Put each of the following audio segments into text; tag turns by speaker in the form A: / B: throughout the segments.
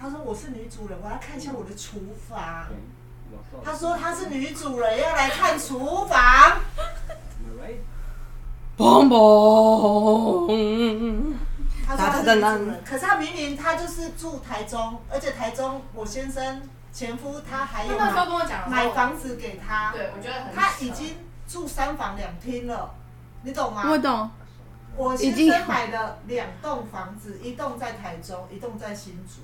A: 她说我是女主人，我要看一下我的厨房。她说她是女主人，要来看厨房。
B: 砰
C: 嗯
B: 砰！
A: 她说她是女主人，可是她明明她就是住台中，而且台中我先生前夫他还有
D: 他那时候
A: 买
D: 跟我讲的时候
A: 买房子给她，
D: 对，我觉得很。
A: 她已经住三房两厅了，你懂吗？
E: 我懂，
A: 我
E: 已
A: 先
E: 经
A: 生买了两栋房子，一栋在台中，一栋在新竹。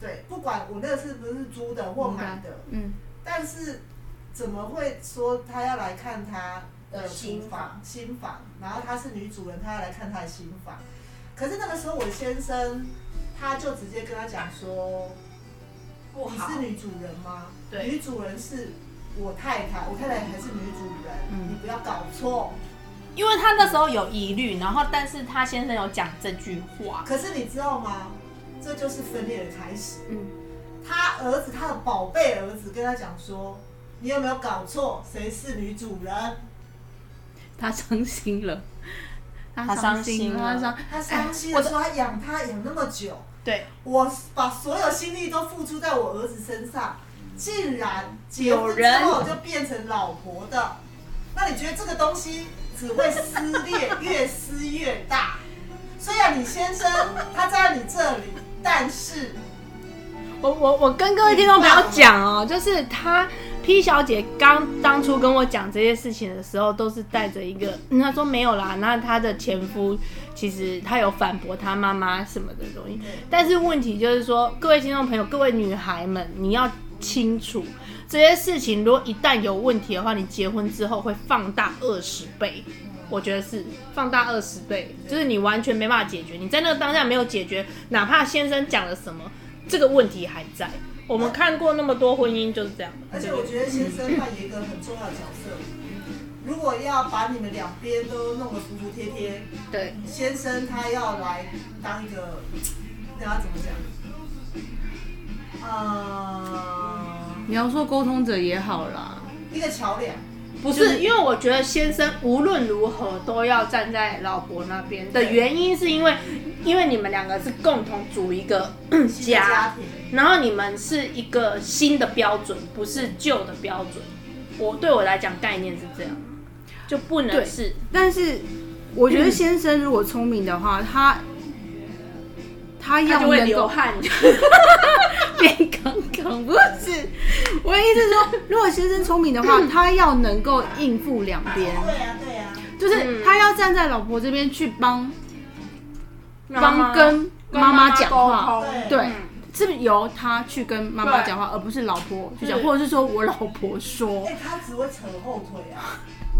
A: 对，不管我那个是不是租的或买的，
E: 嗯，
A: 但是怎么会说他要来看他的
D: 新
A: 厨房新房，然后她是女主人，她要来看她的新房。可是那个时候我先生他就直接跟他讲说，
D: 不
A: 你
D: 好
C: 嗯
A: 是，女主人吗？
D: 对
A: 女主人是我太太，我太太还是女主人，你不要搞错。
C: 因为他那时候有疑虑，然后但是他先生有讲这句话，
A: 可是你知道吗？这就是分裂的开始。
E: 嗯，
A: 他儿子，他的宝贝儿子跟他讲说：“你有没有搞错？谁是女主人
E: 他伤心了，他
C: 他伤
E: 心
C: 心了
E: 他伤？”，
A: 他伤心的说：“他养他养那么久，
C: 对，
A: 我把所有心力都付出在我儿子身上，竟然结
C: 有
A: 婚之
C: 人
A: 后就变成老婆的。那你觉得这个东西只会撕裂，越撕越大？虽然你先生他在你这里，但是
E: 我我我跟各位听众朋友讲哦，就是她 P 小姐刚当初跟我讲这些事情的时候，都是带着一个，嗯她说没有啦，那她的前夫其实他有反驳她妈妈什么的东
C: 嗯
E: 西，但是问题就是说，各位听众朋友，各位女孩们，你要清楚这些事情，如果一旦有问题的话，你结婚之后会放大二十倍。我觉得是放大二十倍，就是你完全没办法解决，你在那个当下没有解决，哪怕先生讲了什么，这个问题还在。我们看过那么多婚姻就是这样，
A: 而且我觉得先生扮演一个很重要的角色。如果要把你们两边都弄得服服帖帖，
E: 对，
A: 先生他要来当一个，那要怎么讲？呃，
E: 你要说沟通者也好啦，
A: 一个桥梁。
E: 不是，因为我觉得先生无论如何都要站在老婆那边的原因，是因为因为你们两个是共同组一个
A: 新的家庭
E: 然后你们是一个新的标准，不是旧的标准。我对我来讲概念是这样，就不能
F: 对
E: 是
F: 但是我觉得先生如果聪明的话，他
E: 他
F: 他要
E: 就会
F: 能
E: 流
F: 够
E: 汗。
F: 变刚刚不是，我的意思是说，如果先生聪明 的话，他要能够应付两边，
A: 对呀、对啊呀、
E: 嗯
F: 就是他要站在老婆这边去帮
E: 妈妈
F: 帮跟妈妈讲话，
A: 对
F: 对。
E: 嗯
F: 是不是由他去跟妈妈讲话，而不是老婆去讲，
E: 对
F: 或者是说我老婆说
A: 哎、，他只会扯后腿啊，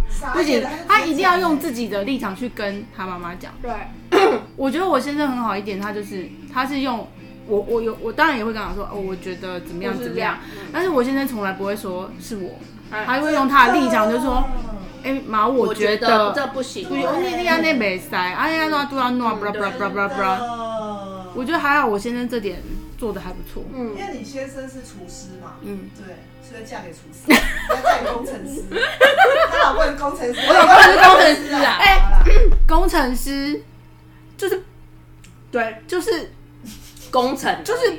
A: 傻
F: 不
A: 眼
F: 行
A: 了，
F: 他一定要用
A: 己
F: 自己的立场去跟他妈妈讲。
E: 对，
F: 我觉得我先生很好一点，他就是他是用我我有我当然也会跟他说哦，我觉得怎么样
E: 我是
F: 怎么样
E: 这样，
F: 但是我先生从来不会说是我，
E: 哎
F: 他会用他的立场就说，哎妈，我
E: 我觉
F: 觉
E: 得
F: 得
E: 这不嗯行
F: 不。行，你你安那没塞，哎呀那都要弄，布拉布拉布拉布拉布拉。
A: 拉
F: 我觉得还好，我先生这点做的还不错。
E: 嗯
A: 因，为你先生是厨师嘛，
F: 嗯
A: 对，所以嫁给厨师， 要嫁给工程师，她老公是工程师，我
F: 老公是工程师啊
A: 哎，好啦
F: 工程师就是
E: 对，
F: 就是
C: 工程
F: 就是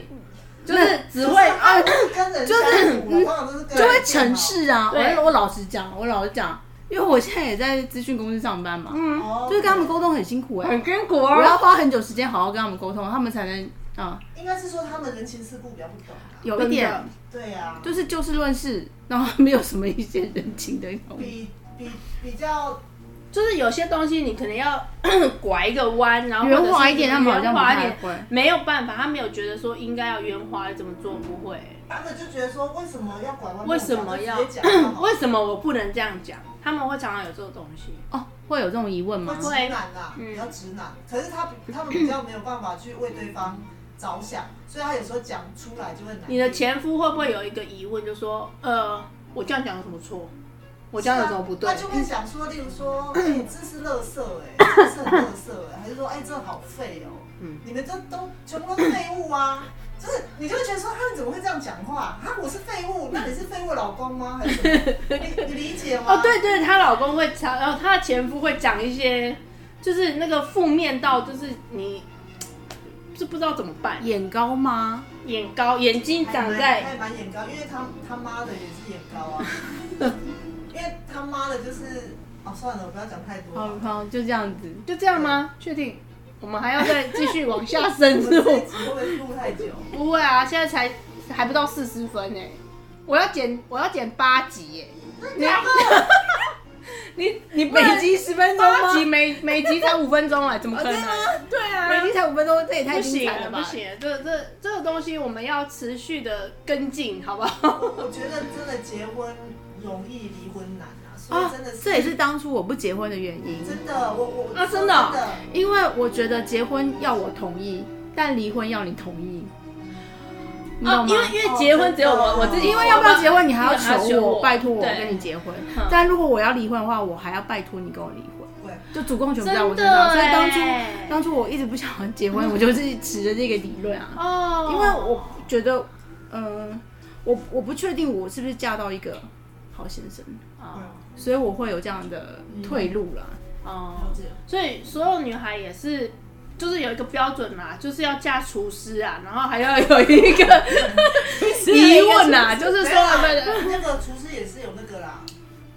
E: 就是只
A: 就是
E: 会
A: 啊，跟人就是通常都是跟人
F: 就会
A: 见
F: 城
A: 嘛
F: 市啊。
E: 对
F: 我我老实讲，我老实讲，因为我现在也在资讯公司上班嘛，
A: 哦
F: 就是跟他们沟通很辛苦
E: 嗯
F: 哎、
E: 很辛苦
F: 我
E: 哦。
F: 要花很久时间好好跟他们沟通，他们才能啊、
A: 应该是说他们人情世故比较不懂啊，
F: 有一点
E: 真
A: 对啊呀，
F: 就是就事论事，然后没有什么一些人情的那种。
A: 比比比较
E: 就是有些东西你可能要 拐一个弯，然后或者
F: 圆
E: 是
F: 滑一点，他们好像
E: 圆
F: 不
E: 滑一
F: 太
E: 点，
F: 会。
E: 没有办法，他没有觉得说应该要圆滑怎么做，不会。
A: 他们就觉得说为什么要拐弯抹角，
E: 为什么要
A: 就直接 讲就好
E: 为什么我不能这样讲？他们会常常有这种东西。
F: 哦，会有这种疑问
A: 啊
F: 吗
A: 会？直男啦，比较直男，可是他比他们比较没有办法去为对方着想，所以他有时候讲出来就会难。
E: 你的前夫会不会有一个疑问，就说，呃，我这样讲有什么错？我这样有什么不对
A: 他？就会想说，例如 说，哎、这是垃圾哎、这是很垃圾哎、还是说，哎、这好废哦、
E: 嗯
A: 你们这都全部都是废物啊！就是你就会觉得说，他们怎么会这样讲话？啊，我是废物，
E: 嗯
A: 那你是废物老公吗？还是什么？你你理解吗？
E: 哦，对对，她老公会讲，然后她的前夫会讲一些，就是那个负面到，就是你，就不知道怎么办，
F: 眼高吗？
E: 眼高，眼睛
A: 还
E: 长
A: 蛮
E: 在
A: 还蛮眼高，因为他他妈的也是眼高啊，因为他妈的就是哦，算了，我不要讲太多
F: 好
A: 了。，
F: 好，就这样子。
E: 就这样吗？确定？我们还要再继续往 下深
A: 我们这
E: 入
A: 一？集会不会录 太久？
E: 不会啊，现在才还不到四十分呢、
F: 欸
E: 我要剪我要剪八集耶、 你你不
F: 每
E: 能
F: 集十分钟
E: 八
F: 吗？
E: 集每每集才五分钟啊，怎
F: 哦
E: 么可能？
F: 对啊，每集才五分钟，这也太
E: 不
F: 精
E: 行
F: 彩了吧！
E: 不行，这这这个东西我们要持续的跟进，好不好？
A: 我觉得真的结婚容易，离婚难啊，所以
F: 啊
A: 真的，是
F: 这也是当初我不结婚的原因，
A: 真的，我我
E: 啊真
A: 真
E: 的哦
A: 的
F: 因为我觉得结婚要我同意，但离婚要你同意，你懂吗？
E: 啊因为因为结婚只有我我自己，
F: 因为要不要结婚，你还要
E: 你还要求
F: 求
E: 我
F: 我，拜托我
E: 对嗯
F: 跟你结婚。但如果我要离婚的话，我还要拜托你跟我离婚。
A: 对，
F: 就主控权不在我
E: 真
F: 身上，
E: 的
F: 所以当初
E: 欸
F: 当初我一直不想要结 婚，我就是持着这个理论啊，
E: 哦，
F: 因为我觉得，嗯、我我不确定我是不是嫁到一个好先生，
A: 嗯
E: 哦
F: 所以我会有这样的退路啦。
E: 哦，所以所有女孩也是。就是有一个标准啦，就是要嫁厨师啊，然后还要有一个 疑问啊，就是说我
A: 没有
E: 们
A: 啦那个厨师也是有那个啦，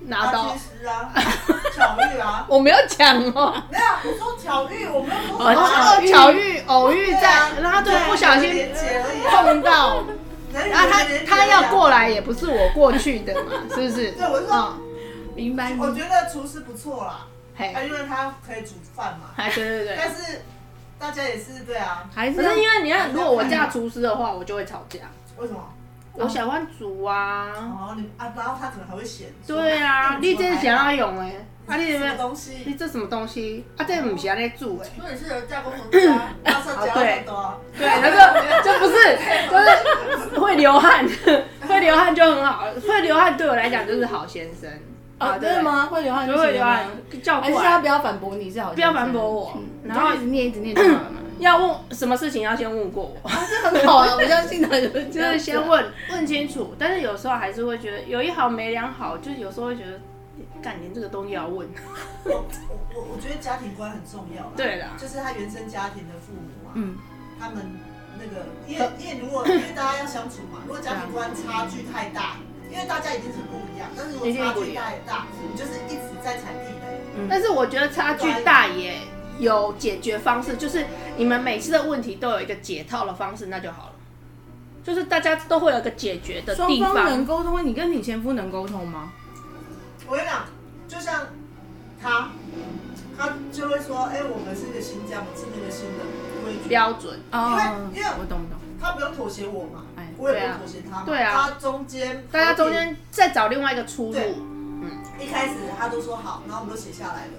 E: 拿刀
A: 军，师啊，巧遇啊，
E: 我没有讲哦，
A: 没有，啊我说巧遇，我没有说
E: 哦，
A: 巧
E: 巧
A: 遇，啊
E: 巧遇偶遇
A: 对
E: 在
A: 啊，
E: 然后对不小心
A: 连结而已啊，
E: 碰到，
A: 人与
E: 然后他
A: 人连结
E: 他
A: 而已
E: 要
A: 啊
E: 过来也不是我过去的嘛，是不是？
A: 对我是说
E: 嗯
F: 明白
A: 我觉得厨师不错啦，啊
E: 嘿，
A: 因为他可以煮饭嘛。
E: 哎，对对对。
A: 但是大家也是对啊，
F: 还是
E: 可
F: 要
E: 是因为你看，如果我嫁厨师的话，我就会吵架。
A: 为什么？
E: 我喜欢煮啊，
A: 哦，你啊，然后他可能还会嫌。哎
E: 对啊，你这是想要用哎，啊你
A: 什
E: 有没
A: 么
E: 有？
A: 东
E: 你
A: 西？
E: 这什么东西？啊这不是安尼煮哎，
A: 所以是人家公公 家，他是家很多。
E: 啊对，哎那个就不是，就是会流汗，会流汗就很好，会流汗对我来讲就是好先生
F: 啊，真的？吗？会流汗
E: 对
F: 就
E: 不对就会
F: 行
E: 流
F: 了吗
E: 汗，叫
F: 还是
E: 过
F: 他
E: 来，
F: 不要反驳你是好先生，
E: 不要反驳我
F: 嗯，
E: 然后
F: 就一直念一直念就好 了嘛。
E: 要问什么事情要先问过我。
F: 很好 啊，我相信他就是 这
E: 就
F: 样
E: 是
F: 子啊
E: 先问问清楚，但是有时候还是会觉得有一好没两好，就是有时候会觉得，干连这个东西要问，
A: 我我我我觉得家庭观很重要啦。
E: 对啦
A: 就是他原生家庭的父母啊，
F: 嗯，
A: 他们那个，因
E: 呃
A: 为因为如 果因为大家要相处嘛，如果家庭观差距太大，因为大家一定是不一样，但是如果差距太大，你就是一直在踩地雷。
E: 但是我觉得差距大也有解决方式，就是你们每次的问题都有一个解套的方式，那就好了，就是大家都会有一个解决的
F: 双
E: 地
F: 方
E: 方。
F: 能沟通，你跟你前夫能沟通吗？
A: 我跟你讲，就像他，他就会说，哎、我们是一个新家，我们是那个新的规矩，
E: 标准，
F: 哦
A: 因为因为
F: 我懂我懂，
A: 他不用妥协我嘛
F: 哎，
A: 我也不
E: 对
A: 用
E: 啊
A: 妥协他嘛，
E: 对啊
A: 他中间
E: 大家中间再找另外一个出路，
A: 对一开始他都说好，然后我们都写下来了。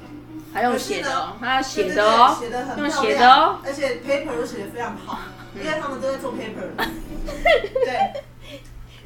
E: 还用写的哦，还要写
A: 对
E: 的
A: 对
E: 哦
A: 对，写的很
E: 用
A: 漂
E: 写
A: 亮，
E: 的哦，嗯
A: 而且 paper 都写的非常好，因为他们都在做 paper，对，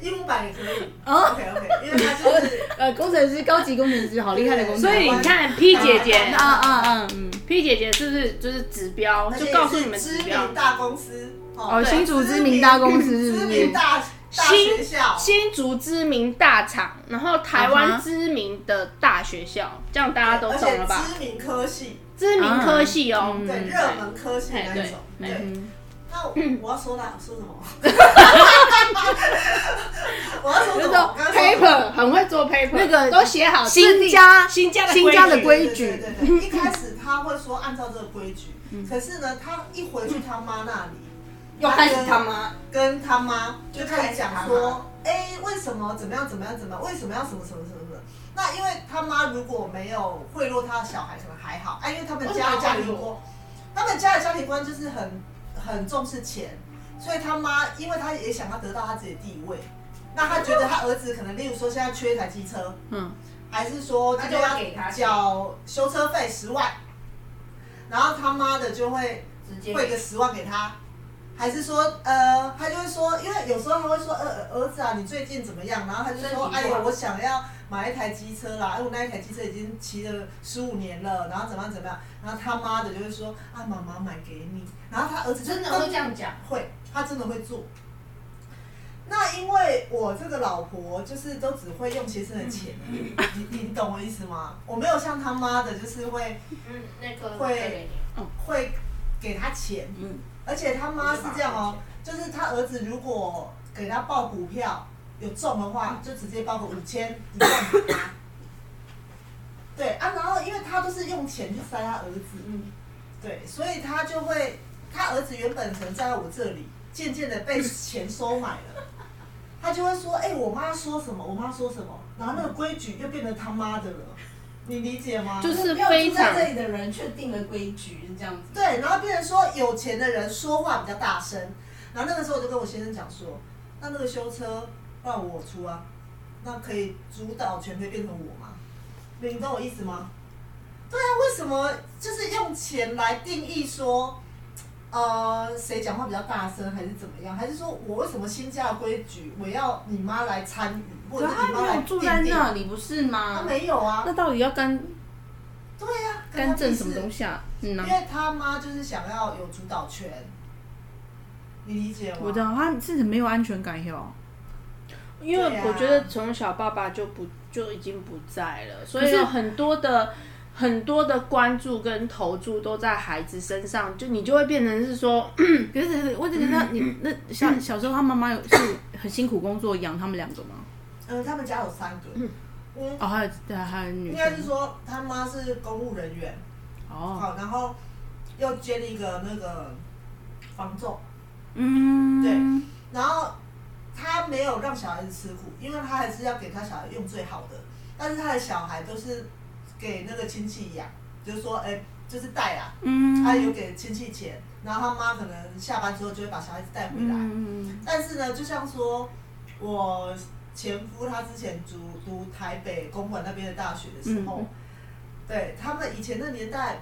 A: 英文版也可以
F: 哦
A: ，OK OK，因为他就是
F: 呃，工程师，高级工程师，好厉害的工程
E: 所
F: 师。
E: 以你看 P 姐姐
F: 啊啊啊，嗯，
E: ，P 姐姐是不是就是指标，
A: 而且
E: 就
A: 也
E: 告诉
A: 是
E: 你们指
A: 知
E: 标
A: 名。大公司
F: 哦新竹知名大公司是不
A: 知
F: 是
A: 名大大学
E: 新
A: 校，嗯
E: 新竹知名大厂，然后台
F: 啊
E: 湾
F: 哈
E: 知名的大学校，这样大家都
A: 而
E: 懂
A: 且
E: 了吧？
A: 知名科系，
E: 知名科系哦，
F: 嗯
A: 对，热门科系那一种，对。
F: 嗯
A: 那我我要说他说 什么？ 我要说什
E: 就是
A: 么？我刚刚说什么
E: 哦 paper 很会做 paper，
F: 那个
E: 都写好，
F: 新
E: 制定
F: 家
E: 新家的
F: 新家的
E: 规矩
F: 规
A: 对对对对对一开始他会说按照这个规矩，可是呢，他一回去他妈那里，
E: 又开始他妈
A: 跟他妈就开始讲说，哎，为什么怎么样怎么样怎么样，为什么要什么什么什么什么？那因为他妈如果没有贿赂他的小孩，可能还好，哎，因为他们家的家庭观，他们家的家庭观就是很很重视钱，所以他妈因为他也想要得到他自己的地位，那他觉得他儿子可能，例如说现在缺一台机车，
F: 嗯，
A: 还是说今天要缴修车费十万，然后他妈的就会汇个十万给他，还是说呃，他就会说，因为有时候他会说，呃，儿子啊，你最近怎么样？然后他就说，
C: 身体
A: 哎
C: 不好
A: 呦，我想要买一台机车啦，哎，我那一台机车已经骑了十五年了，然后怎么样怎么样？然后他妈的就会说，啊，妈妈买给你。然后他儿子就
C: 真的会这样讲，
A: 会，他真的会做。那因为我这个老婆就是都只会用学生的钱，你你懂我意思吗？我没有像他妈的，就是会
C: 嗯，那个
A: 会会给他钱，
E: 嗯
A: 而且他妈是这样哦，就是他儿子如果给他报股票有中的
E: 嗯
A: 话，就直接报个五千一万给他。对啊，然后因为他都是用钱去塞他儿子，
E: 嗯
A: 对，所以他就会，他儿子原本可能站在我这里，渐渐的被钱收买了， 他就会说，哎、我妈说什么，我妈说什么，然后那个规矩又变成他妈的了，你理解吗？
E: 就是
D: 没有
E: 非
D: 住在
E: 常
D: 这里的人确定了规矩是这样子。
A: 对，然后变成说有钱的人说话比较大声，然后那个时候我就跟我先生讲说，那那个修车让我出啊，那可以主导权可以变成我吗？你懂我意思吗？对啊，为什么就是用钱来定义说，呃，谁讲话比较大声，还是怎么样？还是说我为什么新家的规矩，我要你妈来参与，或
F: 可
A: 者
F: 是
A: 是
F: 啊他
A: 你妈来
F: 没有
A: 定
F: 住在
A: 定？
F: 那里，不是
A: 他
F: 吗？
A: 没有啊
E: 那，到底要干
A: 对啊，跟他
E: 干政
A: 屁
E: 什么
A: 事
E: 东西啊？嗯啊
A: 因为他妈就是想要有主导权，你理解吗？
F: 我知道他是很没有安全感哟。
E: 因为
A: 对啊
E: 我觉得从小爸爸就不就已经不在了，所以
F: 是
E: 有很多的很多的关注跟投注都在孩子身上，就你就会变成是说，
F: 可是我只觉得你
A: 嗯
F: 那小小时候他妈妈有是很辛苦工作养他们两个吗？
A: 嗯，他们家有三个，嗯，
F: 哦，还有对还有女
A: 应
F: 生
A: 该是说他妈是公务人员，
F: 哦，
A: 好，然后又接了一个那个房仲，
F: 嗯，
A: 对然后他没有让小孩子吃苦，因为他还是要给他小孩用最好的，但是他的小孩都是给那个亲戚养，就是说，哎、就是带啊，
F: 嗯，
A: 他有给亲戚钱，然后他妈可能下班之后就会把小孩子带回来。
F: 嗯，
A: 但是呢，就像说我前夫他之前读读台北公馆那边的大学的时候，
F: 嗯
A: 对他们以前的年代，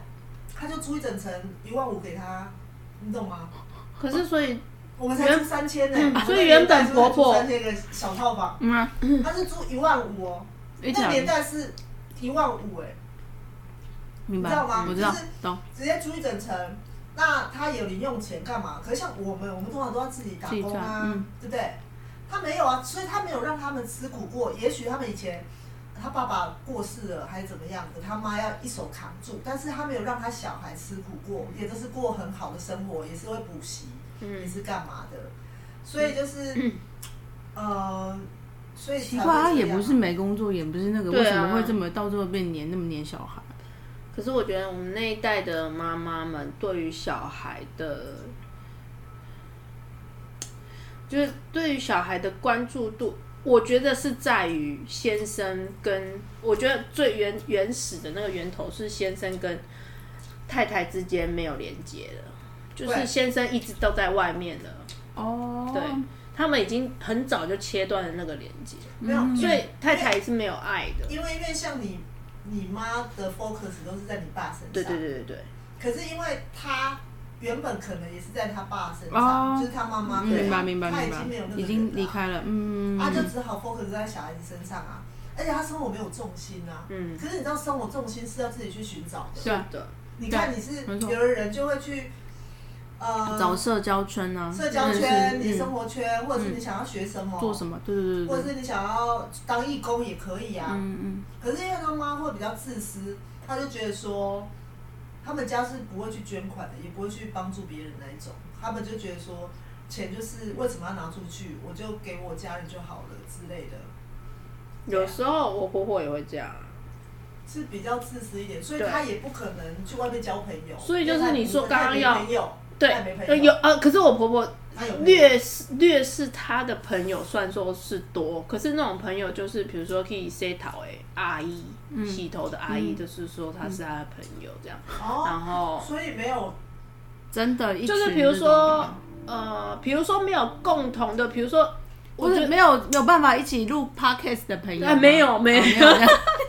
A: 他就租一整层一万五给他，你懂吗？
E: 可是所以
A: 我们才
E: 原
A: 租三千呢、
E: 嗯
A: 我们
E: 所以
A: 那
E: 原
A: 年代
E: 本
A: 是不是
E: 婆婆
A: 租三千个小套房，
F: 嗯啊，
A: 他是租一万五哦，
F: 一啊
A: 那个年
F: 讲
A: 代是一万五哎、
F: 明白
A: 你知道吗，
F: 我知道
A: 就是，
F: 懂，
A: 直接租一整层，那他有零用钱干嘛？可是像我们，我们通常都要自己打
F: 自己
A: 工
F: 赚
A: 啊，
F: 嗯
A: 对不对？他没有啊，所以他没有让他们吃苦过。也许他们以前他爸爸过世了还是怎么样的，他妈要一手扛住，但是他没有让他小孩吃苦过，也都是过很好的生活，也是会补习，也
E: 嗯，
A: 是干嘛的。所以就是，
F: 嗯
A: 呃，所以才
F: 奇
A: 会
F: 怪，他也
A: 这样啊
F: 不是没工作，也不是那个，
E: 对啊
F: 为什么会这么到最后变黏那么黏小孩？
E: 可是我觉得我们那一代的妈妈们对于小孩的，就是对于小孩的关注度。我觉得是在于先生跟，我觉得最原原始的那个源头是先生跟太太之间没有连接的，就是
A: 对
E: 先生一直都在外面了，
F: 哦，
E: 对他们已经很早就切断了那个连接，
A: 没有，
E: 所以太太是没有爱的。
A: 因为因为像你你妈的 focus 都是在你爸身上，
E: 对对对对对，
A: 可是因为他原本可能也是在他爸身上，
F: 哦
A: 就是他妈妈，
F: 嗯
A: 对
F: 明白明白
A: 他
F: 明
A: 已经没有那
F: 白，
A: 个
F: 已经
A: 人
F: 离
A: 了，
F: 开了，嗯，
A: 他就只好 focus 在小孩子身上啊，而且他生活没有重心啊。
E: 嗯，
A: 可是你知道，生活重心是要自己去寻找的。
F: 对啊
E: 的，
A: 你看，你是
F: 没错
A: 有的人就会去，呃，
F: 找社交圈啊，
A: 社交
F: 认识
A: 圈、你
F: 嗯
A: 生活圈，或者是你想要学什么，
F: 做什么，对对对
A: 或
F: 对
A: 者
F: 对，
A: 是你想要当义工也可以啊。
F: 嗯嗯。
A: 可是因为他妈会比较自私，他就觉得说，他们家是不会去捐款的，也不会去帮助别人那一种。他们就觉得说，钱就是为什么要拿出去，我就给我家人就好了之类的，
E: 有时候我婆婆也会这样啊。
A: 是比较自私一点，所以
E: 对
A: 他也不可能去外面交朋友。
E: 所以就是你说刚刚要嗯
A: 因为他也没朋友，
E: 对
A: 他也没，
E: 呃
A: 朋
E: 有
A: 友，
E: 呃，可是我婆婆
A: 他有朋友
E: 略是略是她的朋友，虽然说是多，可是那种朋友就是比如说可以 say 讨哎阿姨，洗头的阿姨，就是说她是她的朋友这样，然
A: 哦，
E: 后
A: 所以没有
F: 真的，一
E: 就是
F: 群
E: 比如
F: 这种
E: 说呃，比如说没有共同的，比如说
F: 不
E: 我觉
F: 是
E: 得
F: 没有没有办法一起录 podcast 的朋友吗，
E: 哎没有没有
F: 哦没有，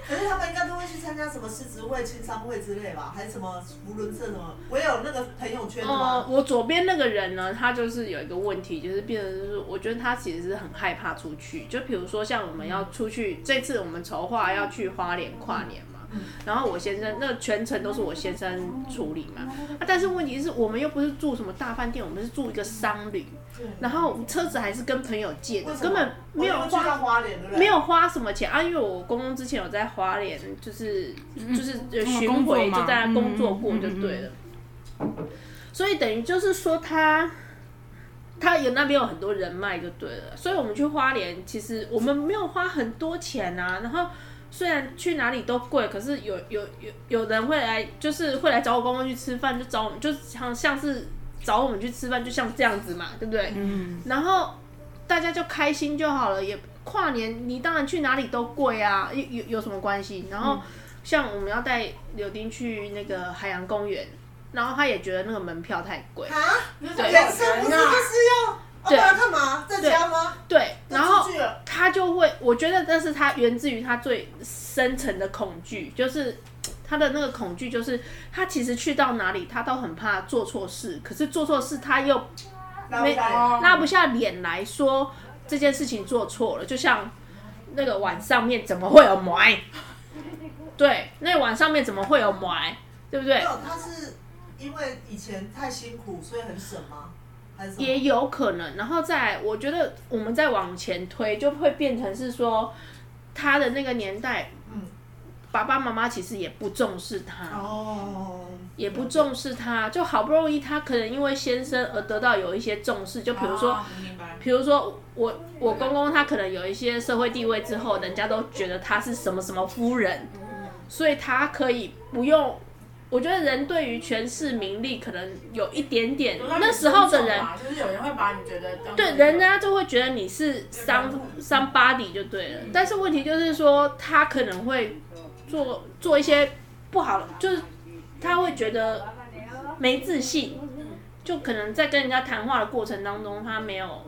A: 可是他们应该都会去参加什么狮子会、青商会之类吧，还是什么福伦社什么？我也有那个朋友圈的
E: 呃，
A: 嘛。
E: 我左边那个人呢，他就是有一个问题，就是变成就是，我觉得他其实是很害怕出去。就比如说像我们要出去，这次我们筹划要去花莲跨年嘛，
A: 嗯
E: 然后我先生那全程都是我先生处理嘛、啊但是问题是我们又不是住什么大饭店，我们是住一个商旅，然后车子还是跟朋友借的，
A: 为什么
E: 根本没有
A: 我就去
E: 花
A: 到花莲，对不对？
E: 没有花什么钱啊，因为我公公之前有在花莲，就是就是呃巡
C: 嗯工作
E: 回，
C: 嘛
E: 就在那工作过
C: 嗯嗯
E: 就
C: 嗯
E: 对了。所以等于就是说他。他有那边有很多人脉就对了，所以我们去花莲，其实我们没有花很多钱啊。然后虽然去哪里都贵，可是有有有有人会来，就是会来找我公公去吃饭，就找我们，就像像是找我们去吃饭，就像这样子嘛，对不对？嗯。然后大家就开心就好了，也跨年你当然去哪里都贵啊，有有有什么关系？然后、像我们要带柳丁去那个海洋公园，然后他也觉得那个门票太贵，
A: 啊，
D: 对
A: 人生不是就是要，啊不
E: 对
A: 然干嘛？在家吗？
E: 对，然后
A: 出去啊了
E: 他就会，我觉得那是他源自于他最深层的恐惧，就是他的那个恐惧，就是他其实去到哪里，他都很怕做错事，可是做错事他又
A: 来不来？
E: 拉不下脸来说这件事情做错了，就像那个碗上面怎么会有霾？对，那碗上面怎么会有霾？对不对
A: 没？有，他是因为以前太辛苦，所以很省吗？还是什么
E: 也有可能。然后再来，我觉得我们再往前推，就会变成是说他的那个年代，
A: 嗯
E: 爸爸妈妈其实也不重视他，
A: 哦，
E: 也不重视他，就好不容易他可能因为先生而得到有一些重视， 就比如说。
C: 啊明白
E: 比如说我我公公他可能有一些社会地位之后，人家都觉得他是什么什么夫人，所以他可以不用。我觉得人对于权势名利可能有一点点，那时候的人
C: 啊就是有人会把你觉得当
E: 对，人啊家就会觉得你是伤伤 body 就对了。但是问题就是说，他可能会做做一些不好的，就是他会觉得没自信，就可能在跟人家谈话的过程当中，他没有，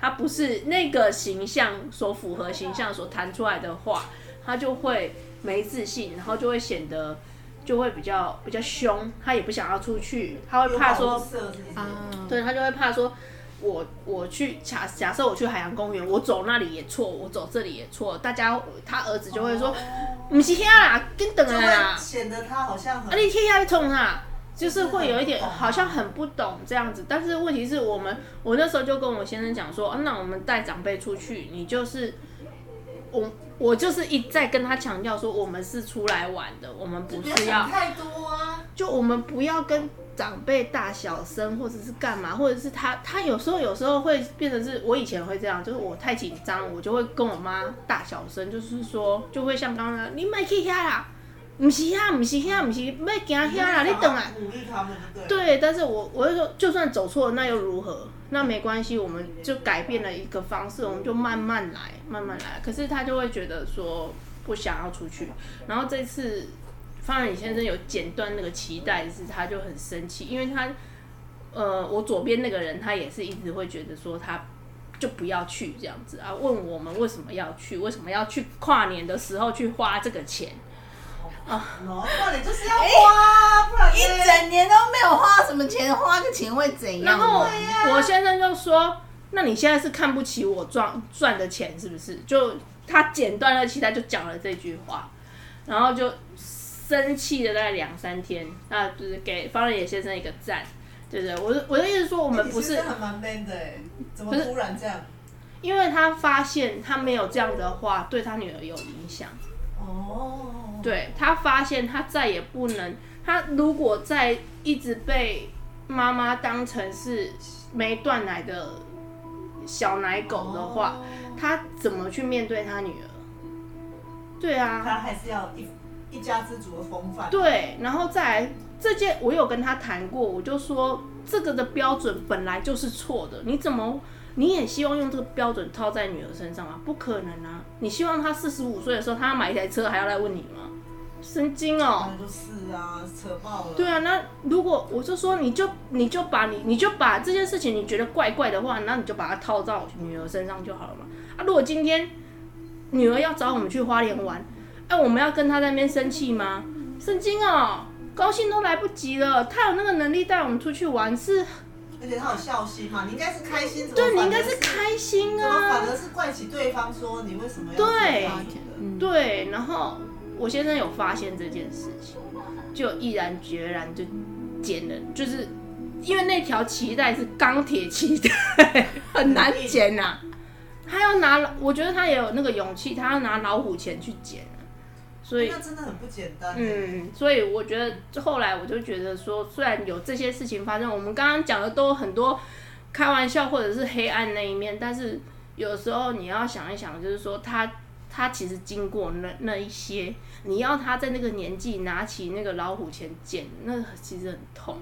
E: 他不是那个形象所符合形象所谈出来的话，他就会没自信，然后就会显得。就会比较比较凶，他也不想要出去，他会怕说啊
A: 有保护色是不是
C: 嗯
E: 对他就会怕说，我我去假假设我去海洋公园，我走那里也错，我走这里也错，大家他儿子就会说，不是遐啦，跟等
A: 哦就
E: 了啦
A: 会，显得他好像很
E: 啊你天下冲啊，就是会有一点
A: 就是很不懂
E: 好像很不懂这样子。但是问题是我们，我那时候就跟我先生讲说，啊、那我们带长辈出去，你就是我我就是一再跟他强调说，我们是出来玩的，我们不
A: 不要
E: 是要
A: 想太多啊。
E: 就我们不要跟长辈大小声，或者是干嘛，或者是他他有时候有时候会变成是我以前会这样，就是我太紧张，我就会跟我妈大小声，就是说就会像刚刚你买去遐啦，唔是遐，唔是遐，唔是要行遐啦，哎你等来。
A: 鼓励他们就对了。
E: 对，但是我我会说，就算走错了，那又如何？那没关系，我们就改变了一个方式，我们就慢慢来，慢慢来。可是他就会觉得说不想要出去，然后这次方仁先生有剪断那个脐带，是他就很生气，因为他呃，我左边那个人他也是一直会觉得说他。就不要去这样子啊！问我们为什么要去，为什么要去跨年的时候去花这个钱？
A: 哦，不然你就是要花，不然
F: 一
A: 呢
F: 整年都没有花什么钱，花个钱会怎样？啊
E: 然后我先生就说：“那你现在是看不起我赚赚的钱是不是？”就他剪断了脐带，就讲了这句话，然后就生气了大概两三天。那就是给方仁野先生一个赞，对不对？我的我的意思是说，我们不
A: 你
E: 是
A: 先生还蛮 man 的哎，怎么
E: 不是
A: 突然这样？
E: 因为他发现他没有这样的话，对他女儿有影响。
A: 哦，
E: 对他发现他再也不能，他如果再一直被妈妈当成是没断奶的小奶狗的话，
A: 哦
E: 他怎么去面对他女儿？对啊，
A: 他还是要一一家之主的风范。
E: 对，啊然后再来这件，我有跟他谈过，我就说这个的标准本来就是错的，你怎么？你也希望用这个标准套在女儿身上吗？不可能啊！你希望她四十五岁的时候，她要买一台车，还要来问你吗？神经哦、
A: 当然就是啊，扯爆了。
E: 对啊，那如果我就说你就你就把你你就把这件事情你觉得怪怪的话，那你就把它套到女儿身上就好了嘛。啊，如果今天女儿要找我们去花莲玩，啊，哎、我们要跟他在那边生气吗？圣经哦，高兴都来不及了。他有那个能力带我们出去玩，是
A: 而且他有孝心嘛，你应该是开心，怎么
E: 对你
A: 反
E: 应
A: 而
E: 该是开心
A: 怎么反
E: 啊。
A: 而是怪起对方说你为什么要
E: 对
A: 这样子的
E: 嗯对，然后我先生有发现这件事情，就毅然决然就剪了，就是因为那条脐带是钢铁脐带， 很难剪啊呐、他要拿老，我觉得他也有那个勇气，他要拿老虎钳去剪啊，所以
A: 那真的很不简单。
E: 嗯，所以我觉得后来我就觉得说，虽然有这些事情发生，我们刚刚讲的都有很多开玩笑或者是黑暗那一面，但是有时候你要想一想，就是说他他其实经过那那一些，你要他在那个年纪拿起那个老虎钳剪，那其实很痛。